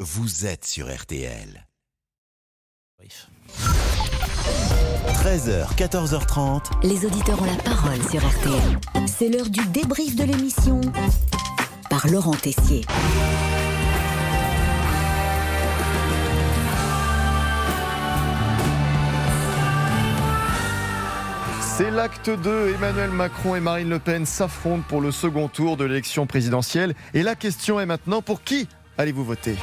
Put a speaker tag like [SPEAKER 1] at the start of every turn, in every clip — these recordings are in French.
[SPEAKER 1] vous êtes sur RTL.
[SPEAKER 2] Bref.
[SPEAKER 1] 13h, 14h30.
[SPEAKER 3] Les auditeurs ont la parole sur RTL. C'est l'heure du débrief de l'émission par Laurent Tessier.
[SPEAKER 4] C'est l'acte 2. Emmanuel Macron et Marine Le Pen s'affrontent pour le second tour de l'élection présidentielle. Et la question est maintenant pour qui allez-vous voter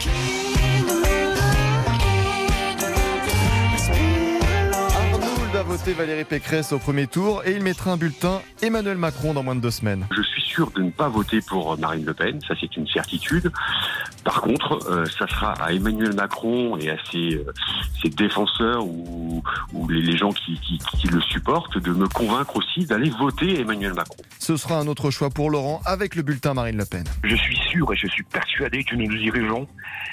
[SPEAKER 4] Arnould a voté Valérie Pécresse au premier tour et il mettra un bulletin Emmanuel Macron dans moins de deux semaines.
[SPEAKER 5] Je suis sûr de ne pas voter pour euh, Marine Le Pen, ça c'est une certitude. Par contre, euh, ça sera à Emmanuel Macron et à ses, euh, ses défenseurs ou, ou les, les gens qui, qui- qui le supportent de me convaincre aussi d'aller voter Emmanuel Macron.
[SPEAKER 4] Ce sera un autre choix pour Laurent avec le bulletin Marine Le Pen.
[SPEAKER 6] Je suis sûr et je suis persuadé que nous nous dirigeons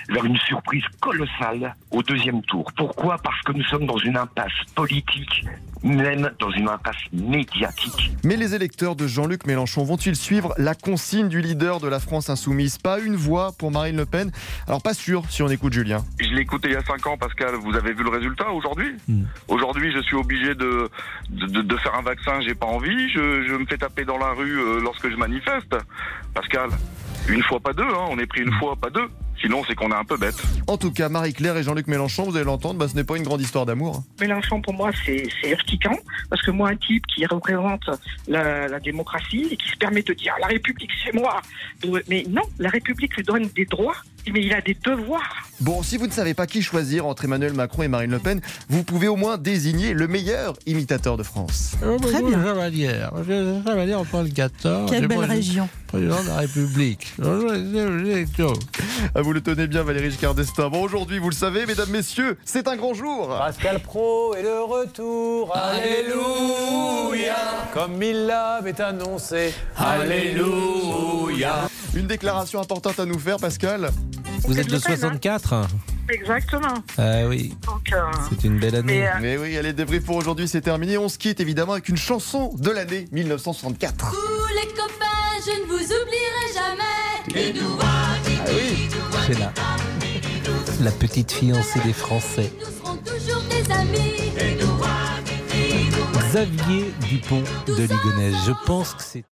[SPEAKER 6] vers une surprise colossale au deuxième tour. Pourquoi Parce que nous sommes dans une impasse politique, même dans une impasse médiatique.
[SPEAKER 4] Mais les électeurs de Jean-Luc Mélenchon vont-ils suivre la consigne du leader de la France insoumise Pas une voix pour Marine Le Pen. Alors pas sûr si on écoute Julien.
[SPEAKER 7] Je l'ai écouté il y a 5 ans, Pascal. Vous avez vu le résultat aujourd'hui
[SPEAKER 2] Mm.
[SPEAKER 7] Aujourd'hui, je suis obligé de, de, de- de faire un vaccin, j'ai pas envie. Je, je me fais taper dans la rue euh, lorsque je manifeste. Pascal, une fois pas deux, hein. on est pris une fois pas deux. Sinon, c'est qu'on est un peu bête.
[SPEAKER 4] En tout cas, Marie-Claire et Jean-Luc Mélenchon, vous allez l'entendre, bah, ce n'est pas une grande histoire d'amour. hein.
[SPEAKER 8] Mélenchon, pour moi, c'est c'est urticant, parce que moi, un type qui représente la, la démocratie et qui se permet de dire la République, c'est moi. Euh, Mais non, la République lui donne des droits, mais il a des devoirs.
[SPEAKER 4] Bon, si vous ne savez pas qui choisir entre Emmanuel Macron et Marine Le Pen, vous pouvez au moins désigner le meilleur imitateur de France.
[SPEAKER 2] Ah,
[SPEAKER 9] Très bien.
[SPEAKER 2] Chevalière. Monsieur Chevalière, on prend le 14.
[SPEAKER 9] Quelle
[SPEAKER 2] Et
[SPEAKER 9] belle
[SPEAKER 2] moi, je suis
[SPEAKER 9] région.
[SPEAKER 2] Président de la République. Bonjour, les élections.
[SPEAKER 4] Ah, vous le tenez bien, Valérie Giscard d'Estaing. Bon, aujourd'hui, vous le savez, mesdames, messieurs, c'est un grand jour.
[SPEAKER 10] Pascal Pro est de retour. Alléluia. Comme il l'avait annoncé. Alléluia.
[SPEAKER 4] Une déclaration importante à nous faire, Pascal.
[SPEAKER 2] Vous
[SPEAKER 8] C'est
[SPEAKER 2] êtes
[SPEAKER 8] de
[SPEAKER 2] de
[SPEAKER 8] Le Pen, hein
[SPEAKER 2] 64 hein
[SPEAKER 8] Exactement.
[SPEAKER 2] Ah oui,
[SPEAKER 8] Donc, euh,
[SPEAKER 2] c'est une belle année.
[SPEAKER 8] mais, euh,
[SPEAKER 4] Mais oui, allez, débrief pour aujourd'hui, c'est terminé. On se quitte évidemment avec une chanson de l'année 1964.
[SPEAKER 11] Tous les copains, je ne vous oublierai jamais.
[SPEAKER 2] Ah oui,
[SPEAKER 9] euh,
[SPEAKER 2] c'est là. La petite fiancée des Français.
[SPEAKER 11] Nous serons toujours des amis.
[SPEAKER 2] Xavier Dupont de Ligonnès. Je pense que c'est.